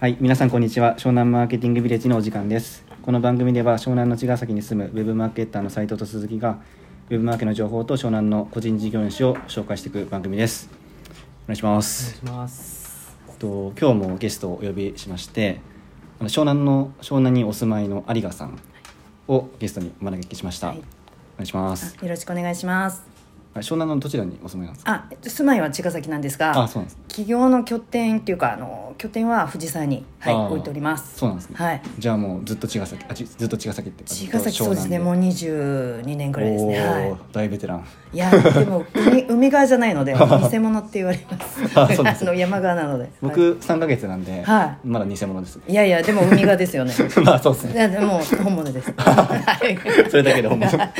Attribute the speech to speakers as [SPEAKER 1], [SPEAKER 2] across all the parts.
[SPEAKER 1] はい、皆さんこんにちは。湘南マーケティングビレッジのお時間です。この番組では湘南の茅ヶ崎に住むウェブマーケッターの斉藤と鈴木がウェブマーケの情報と湘南の個人事業主を紹介していく番組です。お願いしま
[SPEAKER 2] お願い
[SPEAKER 1] す。
[SPEAKER 2] します。
[SPEAKER 1] えっと今日もゲストをお呼びしまして、あの湘南の湘南にお住まいの有賀さんをゲストにお招きしました。
[SPEAKER 3] はい
[SPEAKER 1] お願いします。
[SPEAKER 3] あよろしくお願いします。
[SPEAKER 1] あ湘南のどちらにお住まいなんですか。
[SPEAKER 3] あ、えっと住まいは茅ヶ崎なんですが、
[SPEAKER 1] あそうなんです。
[SPEAKER 3] 企業の拠点っていうかあの拠点は藤沢にはい
[SPEAKER 1] あー
[SPEAKER 3] 置いております。
[SPEAKER 1] そうなんですね。
[SPEAKER 3] はい。
[SPEAKER 1] じゃあもうずっと茅ヶ崎、あじずっと茅ヶ崎っていうか。ず
[SPEAKER 3] 茅
[SPEAKER 1] っと
[SPEAKER 3] ヶ崎そうですね。
[SPEAKER 1] 湘南
[SPEAKER 3] もう22年くらいですね。
[SPEAKER 1] お
[SPEAKER 3] は
[SPEAKER 1] ー大ベテラン。
[SPEAKER 3] い。いやでも海 海側じゃな いので偽物って言われます。
[SPEAKER 1] あそうなんです
[SPEAKER 3] あの山側なので。は
[SPEAKER 1] 僕三ヶ月なんで、
[SPEAKER 3] はい
[SPEAKER 1] まだ偽物です。
[SPEAKER 3] い、いやいやでも海側ですよね。
[SPEAKER 1] まあそうです
[SPEAKER 3] い
[SPEAKER 1] ね。
[SPEAKER 3] やでも本 物です。はい
[SPEAKER 1] それだけで本物
[SPEAKER 3] はい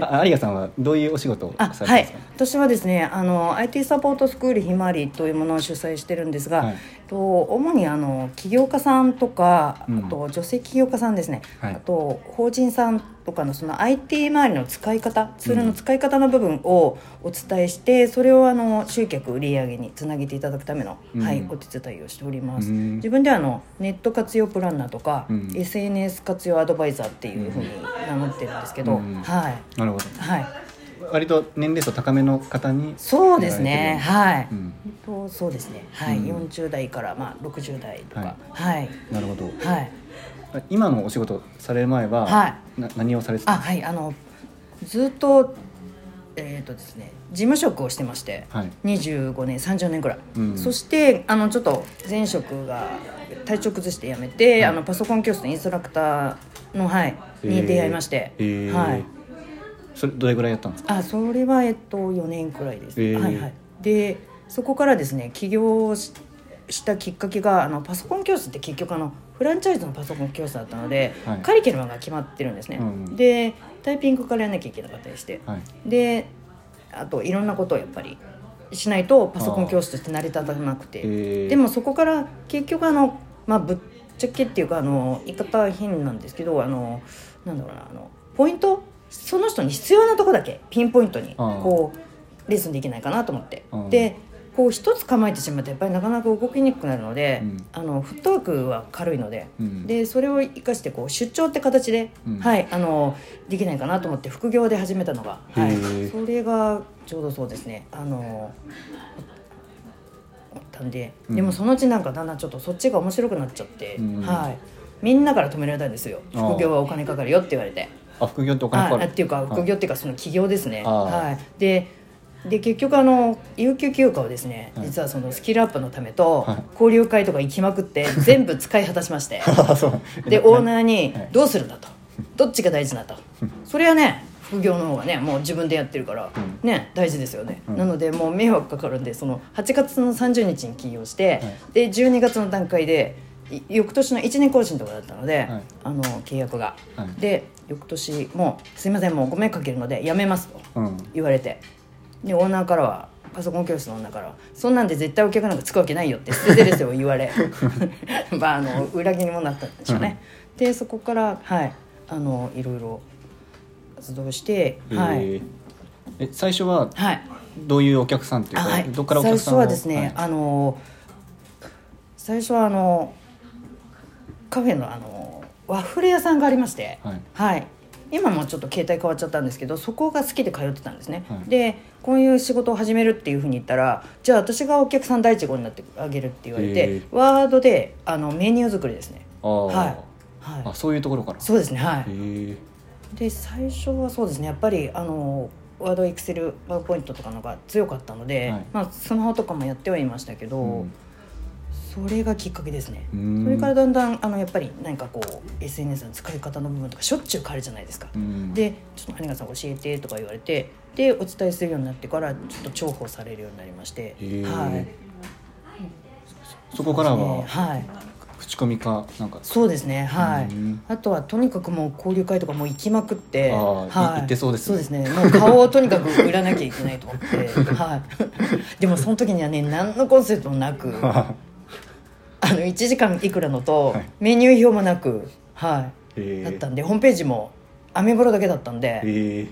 [SPEAKER 1] あ有賀さんはどういうお仕事を
[SPEAKER 3] あ
[SPEAKER 1] さ
[SPEAKER 3] は
[SPEAKER 1] れ
[SPEAKER 3] い
[SPEAKER 1] てますか。、
[SPEAKER 3] 私はですねあの IT サポートスクールひまわりというものを主催してるんですが、
[SPEAKER 1] はい
[SPEAKER 3] と主にあの起業家さんとか、
[SPEAKER 1] うん
[SPEAKER 3] あと女性起業家さんですね、
[SPEAKER 1] はい
[SPEAKER 3] あと法人さんとかのその IT 周りの使い方ツールの使い方の部分をお伝えして、それをあの集客売上につなげていただくための、
[SPEAKER 1] うん
[SPEAKER 3] はい、お手伝いをしております。
[SPEAKER 1] うん
[SPEAKER 3] 自分ではあのネット活用プランナーとか、
[SPEAKER 1] うん
[SPEAKER 3] SNS 活用アドバイザーっていうふうに名乗ってるんですけ
[SPEAKER 1] う
[SPEAKER 3] ど、
[SPEAKER 1] ん
[SPEAKER 3] はい
[SPEAKER 1] なるほ
[SPEAKER 3] はい。
[SPEAKER 1] ど。割と年齢層高めの方に。
[SPEAKER 3] そうですね。はい。
[SPEAKER 1] うん。
[SPEAKER 3] とそうですね。はい。
[SPEAKER 1] うん
[SPEAKER 3] 40代からまあ60代とか。はい。
[SPEAKER 1] なるほど。
[SPEAKER 3] はい。
[SPEAKER 1] 今のお仕事される前は、
[SPEAKER 3] は
[SPEAKER 1] な何をされてた
[SPEAKER 3] あ
[SPEAKER 1] んです
[SPEAKER 3] はいあのずっとえっ、とですね事務職をしてまして。
[SPEAKER 1] か。はい。
[SPEAKER 3] 25年30年ぐらい、
[SPEAKER 1] うん
[SPEAKER 3] そしてあのちょっと前職が体調崩して辞めて、あのパソコン教室のインストラクターの、はい、に出会いまして、
[SPEAKER 1] えーえー
[SPEAKER 3] はい、
[SPEAKER 1] それどれぐらいやったんですか。
[SPEAKER 3] あそれはえっと4年くらいです、
[SPEAKER 1] えー
[SPEAKER 3] はいはいでそこからですね起業をししたきっかけがあのパソコン教室って結局あのフランチャイズのパソコン教室だったので、
[SPEAKER 1] はい
[SPEAKER 3] カリキュラムが決まってるんですね、
[SPEAKER 1] うん
[SPEAKER 3] でタイピングからやんなきゃいけなかったりして、
[SPEAKER 1] はい。
[SPEAKER 3] であといろんなことをやっぱりしないとパソコン教室って成り立たなくて、
[SPEAKER 1] えー
[SPEAKER 3] でもそこから結局あの、まあ、ぶっちゃけっていうかあの言い方は変なんですけどあのなんだろうなあのポイントその人に必要なとこだけピンポイントに
[SPEAKER 1] あー
[SPEAKER 3] こうレッスンできないかなと思って
[SPEAKER 1] あー
[SPEAKER 3] でこう一つ構えてしまうとやっぱりなかなか動きにくくなるので、
[SPEAKER 1] うん
[SPEAKER 3] あのフットワークは軽いので。
[SPEAKER 1] うん。
[SPEAKER 3] でそれを生かしてこう出張って形で、
[SPEAKER 1] うん
[SPEAKER 3] はい、あのできないかなと思って副業で始めたのが、は
[SPEAKER 1] へ
[SPEAKER 3] い、
[SPEAKER 1] ー
[SPEAKER 3] それがちょうどそうですねあのあったんで
[SPEAKER 1] うん
[SPEAKER 3] でもそのうちなんかだんだんちょっとそっちが面白くなっちゃって、
[SPEAKER 1] うん
[SPEAKER 3] はい、みんなから止められたんですよ
[SPEAKER 1] あー
[SPEAKER 3] 副業はお金かかるよって言われて。
[SPEAKER 1] あ副業ってお金
[SPEAKER 3] あ
[SPEAKER 1] かか
[SPEAKER 3] あ
[SPEAKER 1] る
[SPEAKER 3] っ。ていうか副業っていうかその起業ですね、
[SPEAKER 1] あー
[SPEAKER 3] はい、でで結局あの有給休暇をですね、
[SPEAKER 1] はい
[SPEAKER 3] 実はそのスキルアップのためと、
[SPEAKER 1] はい
[SPEAKER 3] 交流会とか行きまくって全部使い果たし まして
[SPEAKER 1] あそう。
[SPEAKER 3] で
[SPEAKER 1] な
[SPEAKER 3] オーナーに
[SPEAKER 1] はい
[SPEAKER 3] 「どうするんだ」と「どっちが大事だ」と「それはね副業の方がねもう自分でやってるから、ね大事ですよね」
[SPEAKER 1] うん
[SPEAKER 3] なのでもう迷惑かかるんでその8月の30日に起業して、
[SPEAKER 1] い
[SPEAKER 3] で12月の段階でい翌年の1年更新とかだったので、
[SPEAKER 1] はい
[SPEAKER 3] あの契約が、
[SPEAKER 1] はい
[SPEAKER 3] で翌年もう「すいませんもうご迷惑かけるのでやめます」と
[SPEAKER 1] うん。
[SPEAKER 3] 言われてでオーナーからはパソコン教室の女からは「そんなんで絶対お客なんかつくわけないよ」って捨ててですよ言われ まああの裏切り者だったんでしょうねでそこからはいあのいろいろ活動してはい、
[SPEAKER 1] えーえ最初は
[SPEAKER 3] はい
[SPEAKER 1] どういうお客さんっていうか、
[SPEAKER 3] あはい
[SPEAKER 1] どっからお客さん
[SPEAKER 3] 最
[SPEAKER 1] を
[SPEAKER 3] 初はですね、
[SPEAKER 1] はい
[SPEAKER 3] あの最初はあのカフェのあのワッフル屋さんがありまして
[SPEAKER 1] はい
[SPEAKER 3] 今もちょっと携帯変わっちゃったんですけどそこが好きで通ってたんですね、
[SPEAKER 1] はい
[SPEAKER 3] でこういう仕事を始めるっていうふうに言ったらじゃあ私がお客さん第一号になってあげるって言われ
[SPEAKER 1] へ
[SPEAKER 3] て
[SPEAKER 1] ー
[SPEAKER 3] ワードであのメニュー作りですね
[SPEAKER 1] あー、
[SPEAKER 3] はいは
[SPEAKER 1] あ
[SPEAKER 3] い
[SPEAKER 1] そういうところから。
[SPEAKER 3] そうですねはい
[SPEAKER 1] へー
[SPEAKER 3] で最初はそうですねやっぱりあのワードエクセルパワーポイントとかのが強かったので、
[SPEAKER 1] はい
[SPEAKER 3] まあ、スマホとかもやってはいましたけど、
[SPEAKER 1] うん
[SPEAKER 3] それがきっかけですね
[SPEAKER 1] うーん
[SPEAKER 3] それからだんだんあのやっぱり何かこう SNS の使い方の部分とかしょっちゅう変わるじゃないですか、
[SPEAKER 1] うん
[SPEAKER 3] で「ちょっと羽賀さん教えて」とか言われてでお伝えするようになってからちょっと重宝されるようになりまして
[SPEAKER 1] へー
[SPEAKER 3] はい
[SPEAKER 1] そこから
[SPEAKER 3] ね
[SPEAKER 1] は
[SPEAKER 3] はい、
[SPEAKER 1] 口コミかなん か
[SPEAKER 3] そうですねは
[SPEAKER 1] う
[SPEAKER 3] い、
[SPEAKER 1] ん
[SPEAKER 3] あとはとにかくもう交流会とかもう行きまくって
[SPEAKER 1] あー
[SPEAKER 3] はい
[SPEAKER 1] 行ってそうです
[SPEAKER 3] そう
[SPEAKER 1] ね
[SPEAKER 3] ですねもう顔をとにかく売らなきゃいけないと思っ てはいでもその時にはね何のコンセプトもなくあ
[SPEAKER 1] は
[SPEAKER 3] の1時間いくらのと、
[SPEAKER 1] はい
[SPEAKER 3] メニュー表もなくはい
[SPEAKER 1] へ
[SPEAKER 3] だっ
[SPEAKER 1] ー
[SPEAKER 3] たんでホームページもアメブロだけだったんで、
[SPEAKER 1] へー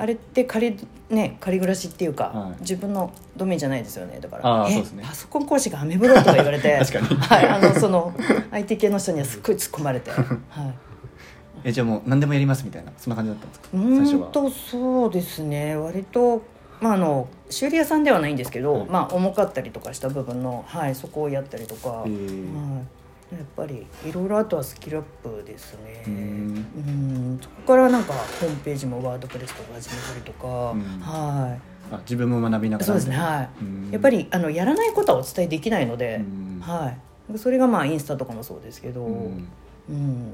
[SPEAKER 3] あれって仮,、ね、仮暮らしっていうか、
[SPEAKER 1] はい
[SPEAKER 3] 自分のドメインじゃないですよねだから
[SPEAKER 1] あー
[SPEAKER 3] え
[SPEAKER 1] そうですね
[SPEAKER 3] パソコン講師がアメブロとか言われて
[SPEAKER 1] 確かに
[SPEAKER 3] はい、あのその IT 系の人にはすっごい突っ込まれて、はい、
[SPEAKER 1] えじゃあもう何でもやりますみたいなそんな感じだったんですか
[SPEAKER 3] う
[SPEAKER 1] 最初
[SPEAKER 3] ー
[SPEAKER 1] は
[SPEAKER 3] んとそうですね割と、まあ、あの修理屋さんではないんですけど、
[SPEAKER 1] はい
[SPEAKER 3] まあ、重かったりとかした部分の、はい、そこをやったりとか、
[SPEAKER 1] へー
[SPEAKER 3] はい、やっぱりいろいろあとはスキルアップですね
[SPEAKER 1] う
[SPEAKER 3] うんんそこからなんかホームページもワードプレスとか始めたりとか、
[SPEAKER 1] ん
[SPEAKER 3] は
[SPEAKER 1] あ自分も学びながら
[SPEAKER 3] いそうですねは
[SPEAKER 1] う
[SPEAKER 3] い
[SPEAKER 1] ん
[SPEAKER 3] やっぱりあのやらないことはお伝えできないの
[SPEAKER 1] う
[SPEAKER 3] で、
[SPEAKER 1] ん
[SPEAKER 3] はい、それがまあインスタとかもそうですけど、
[SPEAKER 1] うん
[SPEAKER 3] うん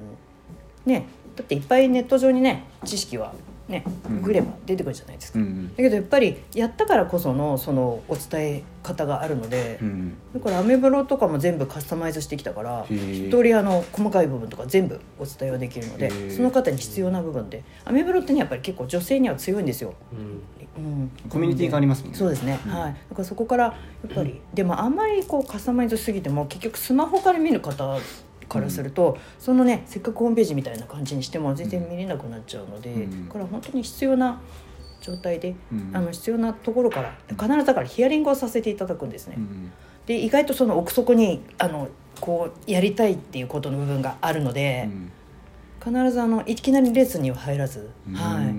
[SPEAKER 3] ね、だっていっぱいネット上にね知識はね
[SPEAKER 1] うん
[SPEAKER 3] グレば出てくるじゃないですか、
[SPEAKER 1] う
[SPEAKER 3] だ
[SPEAKER 1] ん
[SPEAKER 3] けどやっぱりやったからこそのそのお伝え方があるので
[SPEAKER 1] う、ん
[SPEAKER 3] だからアメブロとかも全部カスタマイズしてきたから
[SPEAKER 1] へー
[SPEAKER 3] 一通りあの細かい部分とか全部お伝えはできるの
[SPEAKER 1] へ
[SPEAKER 3] で
[SPEAKER 1] ー
[SPEAKER 3] その方に必要な部分でアメブロってねやっぱり結構女性には強いんですよ。うん
[SPEAKER 1] コミュニティがありますもんね
[SPEAKER 3] そうですね、
[SPEAKER 1] うん
[SPEAKER 3] はいだからそこからやっぱりでもあんまりこうカスタマイズしすぎても結局スマホから見る方からすると、そのねせっかくホームページみたいな感じにしても全然見れなくなっちゃうので、
[SPEAKER 1] うん
[SPEAKER 3] だから本当に必要な状態で、
[SPEAKER 1] うん
[SPEAKER 3] あの必要なところから必ずだからヒアリングをさせていただくんですね、
[SPEAKER 1] うん
[SPEAKER 3] で意外とその奥底にあのこうやりたいっていうことの部分があるの
[SPEAKER 1] う
[SPEAKER 3] で、
[SPEAKER 1] ん
[SPEAKER 3] 必ずあのいきなりレッスンには入らず、
[SPEAKER 1] うん
[SPEAKER 3] はい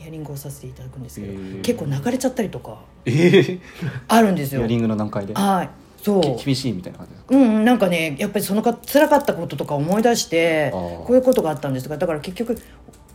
[SPEAKER 3] ヒアリングをさせていただくんですけど、
[SPEAKER 1] へー
[SPEAKER 3] 結構泣かれちゃったりとか
[SPEAKER 1] ええ
[SPEAKER 3] あるんです
[SPEAKER 1] ヒア
[SPEAKER 3] よ。
[SPEAKER 1] リングの段階で
[SPEAKER 3] はい、そう。
[SPEAKER 1] き厳しいみたいな感じですか
[SPEAKER 3] うんうん、なんかねやっぱりそのか辛かったこととか思い出して
[SPEAKER 1] あー
[SPEAKER 3] こういうことがあったんですがだから結局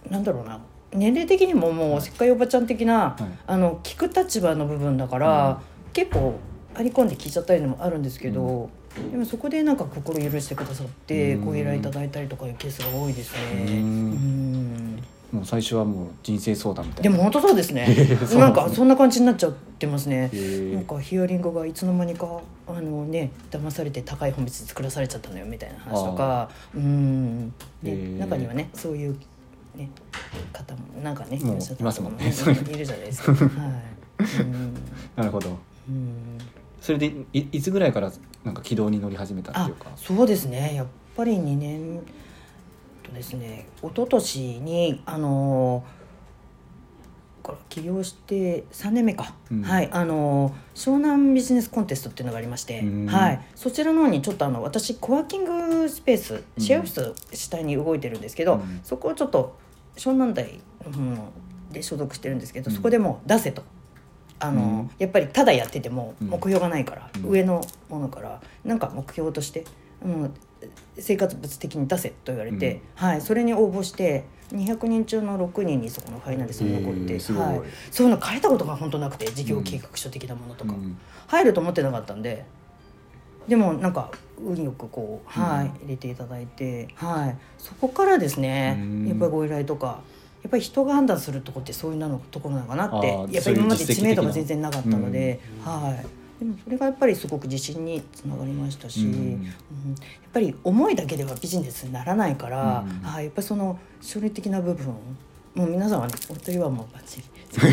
[SPEAKER 3] なんだろうな年齢的にももうせっかいおばちゃん的な、
[SPEAKER 1] はい
[SPEAKER 3] あの聞く立場の部分だから、結構張り込んで聞いちゃったりのもあるんですけど、でもそこでなんか心許してくださって
[SPEAKER 1] うん
[SPEAKER 3] ご依頼いただいたりとかいうケースが多いですね。
[SPEAKER 1] うん
[SPEAKER 3] うん
[SPEAKER 1] もう最初はもう人生相談みたい
[SPEAKER 3] で
[SPEAKER 1] な
[SPEAKER 3] も本当そうですね
[SPEAKER 1] そうな
[SPEAKER 3] な
[SPEAKER 1] ですね
[SPEAKER 3] んんかそんな感じになっちゃってますね
[SPEAKER 1] へー
[SPEAKER 3] なんかヒアリングがいつの間にかあのね騙されて高い本別作らされちゃったのよみたいな話とかうん、ね
[SPEAKER 1] へー
[SPEAKER 3] 中にはねそういう、ね、方もなんかね
[SPEAKER 1] もう
[SPEAKER 3] いらっしゃった
[SPEAKER 1] いますもんねそういう
[SPEAKER 3] いるじゃないですかはいうん
[SPEAKER 1] なるほど
[SPEAKER 3] うん
[SPEAKER 1] それでいいつぐらいからなんか軌道に乗り始めたっ
[SPEAKER 3] あ
[SPEAKER 1] ていうか
[SPEAKER 3] そうですねやっぱり2年とですね一昨年にあのこれ起業して3年目か、
[SPEAKER 1] うん
[SPEAKER 3] はいあの湘南ビジネスコンテストっていうのがありまして、
[SPEAKER 1] うん
[SPEAKER 3] はい、そちらの方にちょっとあの私コワーキングスペース
[SPEAKER 1] うん
[SPEAKER 3] シェアオフィス主体に動いてるんですけど、
[SPEAKER 1] うん
[SPEAKER 3] そこをちょっと湘南台の方で所属してるんですけど、
[SPEAKER 1] うん
[SPEAKER 3] そこでもう出せと。あの
[SPEAKER 1] うん
[SPEAKER 3] やっぱりただやってても
[SPEAKER 1] うん
[SPEAKER 3] 目標がないから、
[SPEAKER 1] うん
[SPEAKER 3] 上のものからなんか目標として、うん、生活物的に出せと言われて、はい、それに応募して200人中の6人にそこのファイナリストに残っ
[SPEAKER 1] へ
[SPEAKER 3] て、
[SPEAKER 1] ーすごい
[SPEAKER 3] はい、そういうの書いたことが本当なくて事業計画書的なものとか、
[SPEAKER 1] うん
[SPEAKER 3] 入ると思ってなかったんででもなんか運よくこう、はい、入れていただいて、はい、そこからですね
[SPEAKER 1] うん
[SPEAKER 3] やっぱりご依頼とかやっぱり人が判断するとこってそういうなのところなのかなって
[SPEAKER 1] あー
[SPEAKER 3] やっぱり今まで知名度が
[SPEAKER 1] そういう実績的な
[SPEAKER 3] 全然なかったので、はい、でもそれがやっぱりすごく自信につながりました
[SPEAKER 1] う
[SPEAKER 3] し、うんんやっぱり思いだけではビジネスにならないから、
[SPEAKER 1] うん
[SPEAKER 3] はい、やっぱりその書類的な部分もう皆さんはねお二人はもうバッチリそこ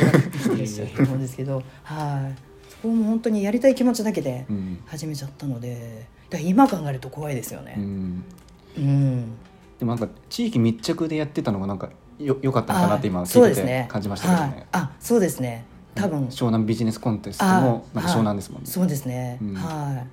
[SPEAKER 3] までできてらっしゃると思うんですけど、はい、そこも本当にやりたい気持ちだけで
[SPEAKER 1] うん
[SPEAKER 3] 始めちゃったのでだから今考えると怖いですよ
[SPEAKER 1] う
[SPEAKER 3] ね。
[SPEAKER 1] ん
[SPEAKER 3] うん
[SPEAKER 1] でもなんか地域密着でやってたのがなんかよ良かったのかなって今
[SPEAKER 3] あそう
[SPEAKER 1] 聞
[SPEAKER 3] で
[SPEAKER 1] いてて
[SPEAKER 3] すね
[SPEAKER 1] 感じましたけど
[SPEAKER 3] はい
[SPEAKER 1] ね、
[SPEAKER 3] あそうですね多分、
[SPEAKER 1] 湘南ビジネスコンテストも
[SPEAKER 3] あ
[SPEAKER 1] なんか湘南ですもんね
[SPEAKER 3] そうですね、
[SPEAKER 1] うん
[SPEAKER 3] は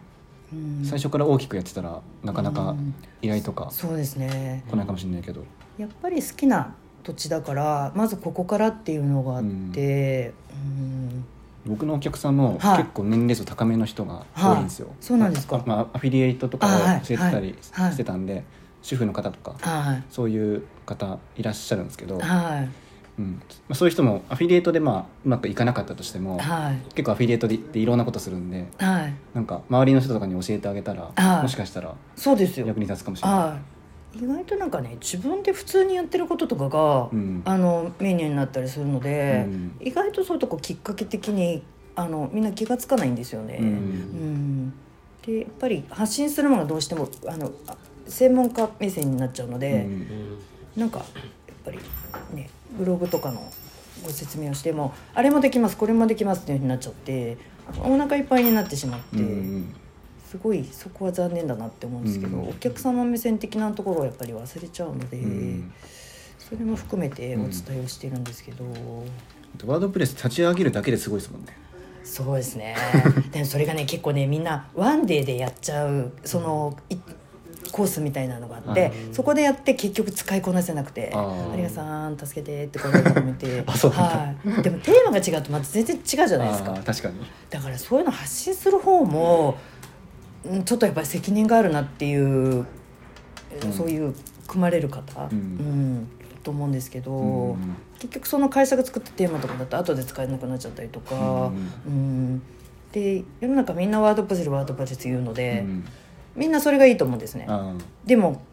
[SPEAKER 3] い、うん
[SPEAKER 1] 最初から大きくやってたらなかなか
[SPEAKER 3] うん
[SPEAKER 1] 依頼とか
[SPEAKER 3] そうですね
[SPEAKER 1] 来ないかもしれないけど、
[SPEAKER 3] やっぱり好きな土地だからまずここからっていうのがあって、うん
[SPEAKER 1] 僕のお客さんも
[SPEAKER 3] はい
[SPEAKER 1] 結構年齢層高めの人が多いんですよ、
[SPEAKER 3] はいそうなんですか
[SPEAKER 1] まあ、アフィリエイトと
[SPEAKER 3] あ
[SPEAKER 1] か
[SPEAKER 3] は
[SPEAKER 1] を
[SPEAKER 3] い
[SPEAKER 1] 教えてたり
[SPEAKER 3] はいはい
[SPEAKER 1] してたんで、主婦の方とか
[SPEAKER 3] は
[SPEAKER 1] そういう方いらっしゃるんですけど
[SPEAKER 3] い、は
[SPEAKER 1] うんまあ、そういう人もアフィリエイトでまあうまくいかなかったとしても
[SPEAKER 3] いはい
[SPEAKER 1] 結構アフィリエイトでっていろんなことするんで
[SPEAKER 3] はい
[SPEAKER 1] なんか周りの人とかに教えてあげたら、
[SPEAKER 3] はい
[SPEAKER 1] もしかしたら
[SPEAKER 3] そうですよ
[SPEAKER 1] 役に立つかもしれない。
[SPEAKER 3] はい意外となんかね自分で普通にやってることとかが、
[SPEAKER 1] うん
[SPEAKER 3] あのメニューになったりするので、
[SPEAKER 1] うん
[SPEAKER 3] 意外とそういうとこきっかけ的にあのみんな気が付かないんですよね。
[SPEAKER 1] うん
[SPEAKER 3] うんでやっぱり発信するものがどうしてもあのあ専門家目線になっちゃうので、
[SPEAKER 1] うん
[SPEAKER 3] なんかやっぱりねブログとかのご説明をしてもあれもできますこれもできますっていうふうになっちゃってお腹いっぱいになってしまって。
[SPEAKER 1] うん
[SPEAKER 3] すごいそこは残念だなって思うんですけど、
[SPEAKER 1] うん
[SPEAKER 3] お客様目線的なところをやっぱり忘れちゃうので、
[SPEAKER 1] うん
[SPEAKER 3] それも含めてお伝えをしてるんですけど、
[SPEAKER 1] ワードプレス立ち上げるだけですごいですもんね
[SPEAKER 3] そうですね でもそれがね結構ねみんなワンデーでやっちゃうそのいコースみたいなのがあって、
[SPEAKER 1] はい
[SPEAKER 3] そこでやって結局使いこなせなくて「
[SPEAKER 1] あー
[SPEAKER 3] 有賀さん助けて」ってこういうのを見 て
[SPEAKER 1] あそうな
[SPEAKER 3] はい、でもテーマが違うとまた全然違うじゃないです
[SPEAKER 1] あ
[SPEAKER 3] か
[SPEAKER 1] ー確かに
[SPEAKER 3] だからそういうの発信する方も、うんちょっとやっぱり責任があるなっていう、
[SPEAKER 1] うん
[SPEAKER 3] そういう組まれる方、
[SPEAKER 1] う
[SPEAKER 3] うんんと思うんですけど、
[SPEAKER 1] うん
[SPEAKER 3] 結局その会社が作ったテーマとかだと後で使えなくなっちゃったりとか、うんで世の中みんなワードプレスワードプレス言うので、
[SPEAKER 1] うん
[SPEAKER 3] みんなそれがいいと思うんですね。
[SPEAKER 1] あ
[SPEAKER 3] でも、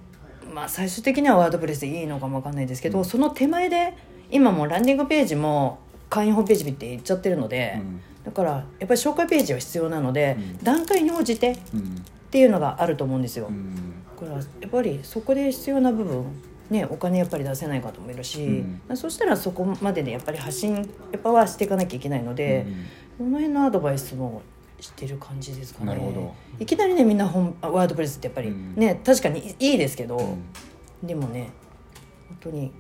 [SPEAKER 3] まあ、最終的にはワードプレスでいいのかもわかんないですけど、
[SPEAKER 1] うん
[SPEAKER 3] その手前で今もうランディングページも会員ホームページって言っちゃってるので。
[SPEAKER 1] ーうん
[SPEAKER 3] だからやっぱり紹介ページは必要なので、
[SPEAKER 1] うん
[SPEAKER 3] 段階に応じてっ
[SPEAKER 1] うん
[SPEAKER 3] ていうのがあると思うんですよ、
[SPEAKER 1] うん
[SPEAKER 3] だからやっぱりそこで必要な部分ねお金やっぱり出せない方もいるし、
[SPEAKER 1] うん
[SPEAKER 3] そしたらそこまででやっぱり発信やっぱはしていかなきゃいけないので、この辺のアドバイスもしてる感じですかね
[SPEAKER 1] なるほど
[SPEAKER 3] いきなりねみんな本あワードプレスってやっぱり
[SPEAKER 1] うん
[SPEAKER 3] ね、確かにいいですけど、
[SPEAKER 1] うんうん
[SPEAKER 3] でもね本当に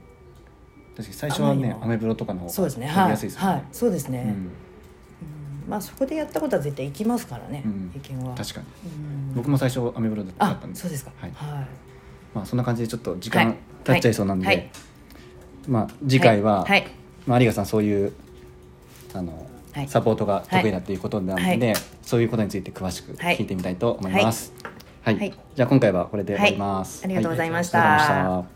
[SPEAKER 1] 確かに最初は
[SPEAKER 3] あんまり
[SPEAKER 1] ね
[SPEAKER 3] 今
[SPEAKER 1] アメブロとかの方
[SPEAKER 3] そう
[SPEAKER 1] が
[SPEAKER 3] ですね
[SPEAKER 1] や
[SPEAKER 3] は
[SPEAKER 1] り
[SPEAKER 3] い
[SPEAKER 1] やすいですよ
[SPEAKER 3] はい、そうですね、
[SPEAKER 1] うん
[SPEAKER 3] まあそこでやったことは絶対いきますからね、
[SPEAKER 1] うん
[SPEAKER 3] 意見は。
[SPEAKER 1] 確かに
[SPEAKER 3] うん
[SPEAKER 1] 僕も最初アメブロだ
[SPEAKER 3] あ
[SPEAKER 1] ったんで
[SPEAKER 3] そうですか
[SPEAKER 1] はい
[SPEAKER 3] はい
[SPEAKER 1] まあそんな感じでちょっと時
[SPEAKER 3] は
[SPEAKER 1] 間
[SPEAKER 3] い
[SPEAKER 1] 経っちゃいそうなんで、
[SPEAKER 3] はい
[SPEAKER 1] まあ次回は、
[SPEAKER 3] はいはい
[SPEAKER 1] まあ有賀さんそういうあの、
[SPEAKER 3] はい
[SPEAKER 1] サポートが得意だということなので、
[SPEAKER 3] はい
[SPEAKER 1] そういうことについて詳しく
[SPEAKER 3] はい
[SPEAKER 1] 聞いてみたいと思います。はい、
[SPEAKER 3] はい
[SPEAKER 1] じゃあ今回はこれで終わります。
[SPEAKER 3] はいありがとうございました
[SPEAKER 1] ありがとうございました